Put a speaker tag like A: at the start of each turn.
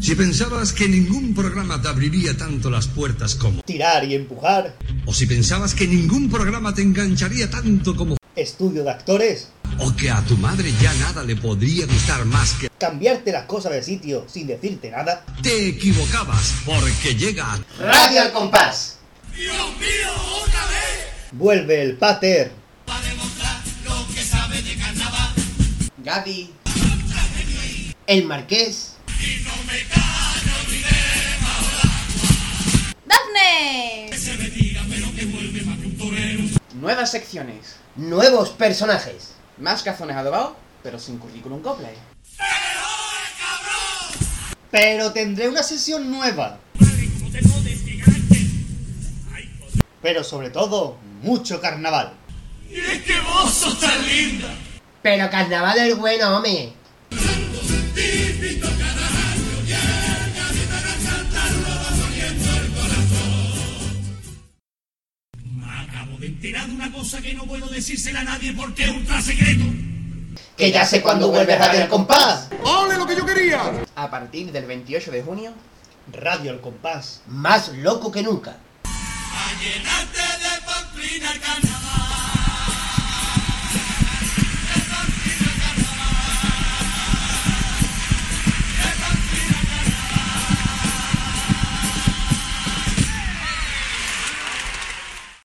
A: Si pensabas que ningún programa te abriría tanto las puertas como...
B: Tirar y empujar.
A: O si pensabas que ningún programa te engancharía tanto como...
B: Estudio de actores.
A: O que a tu madre ya nada le podría gustar más que...
B: Cambiarte las cosas de sitio sin decirte nada.
A: Te equivocabas porque llega...
C: Radio al compás.
D: ¡Dios mío, otra vez!
B: Vuelve el pater.
D: Para demostrar lo que sabe de carnaval.
C: Gaby. El marqués.
D: Y no me callo ni de
E: ¡Dafne!
D: Que se retira, pero que vuelve más que un torero.
C: Nuevas secciones.
B: Nuevos personajes.
C: Más cazones adobados, pero sin currículum copla.
B: Pero tendré una sesión nueva.
D: Vale, como te jodes, gigante. Ay, joder.
B: Pero sobre todo, mucho carnaval.
D: Y es que vos sos tan linda.
C: Pero carnaval es bueno, hombre.
D: Típico cada año llega mi para cantarlo doliendo el corazón. Me acabo de enterar de una cosa que no puedo decírsela a nadie porque es ultra secreto.
C: Que ya sé cuándo vuelve Radio El Compás.
F: ¡Ole lo que yo quería!
C: A partir del 28 de junio,
B: Radio al compás.
C: más loco que nunca.
D: A llenarte de pamplina el canal.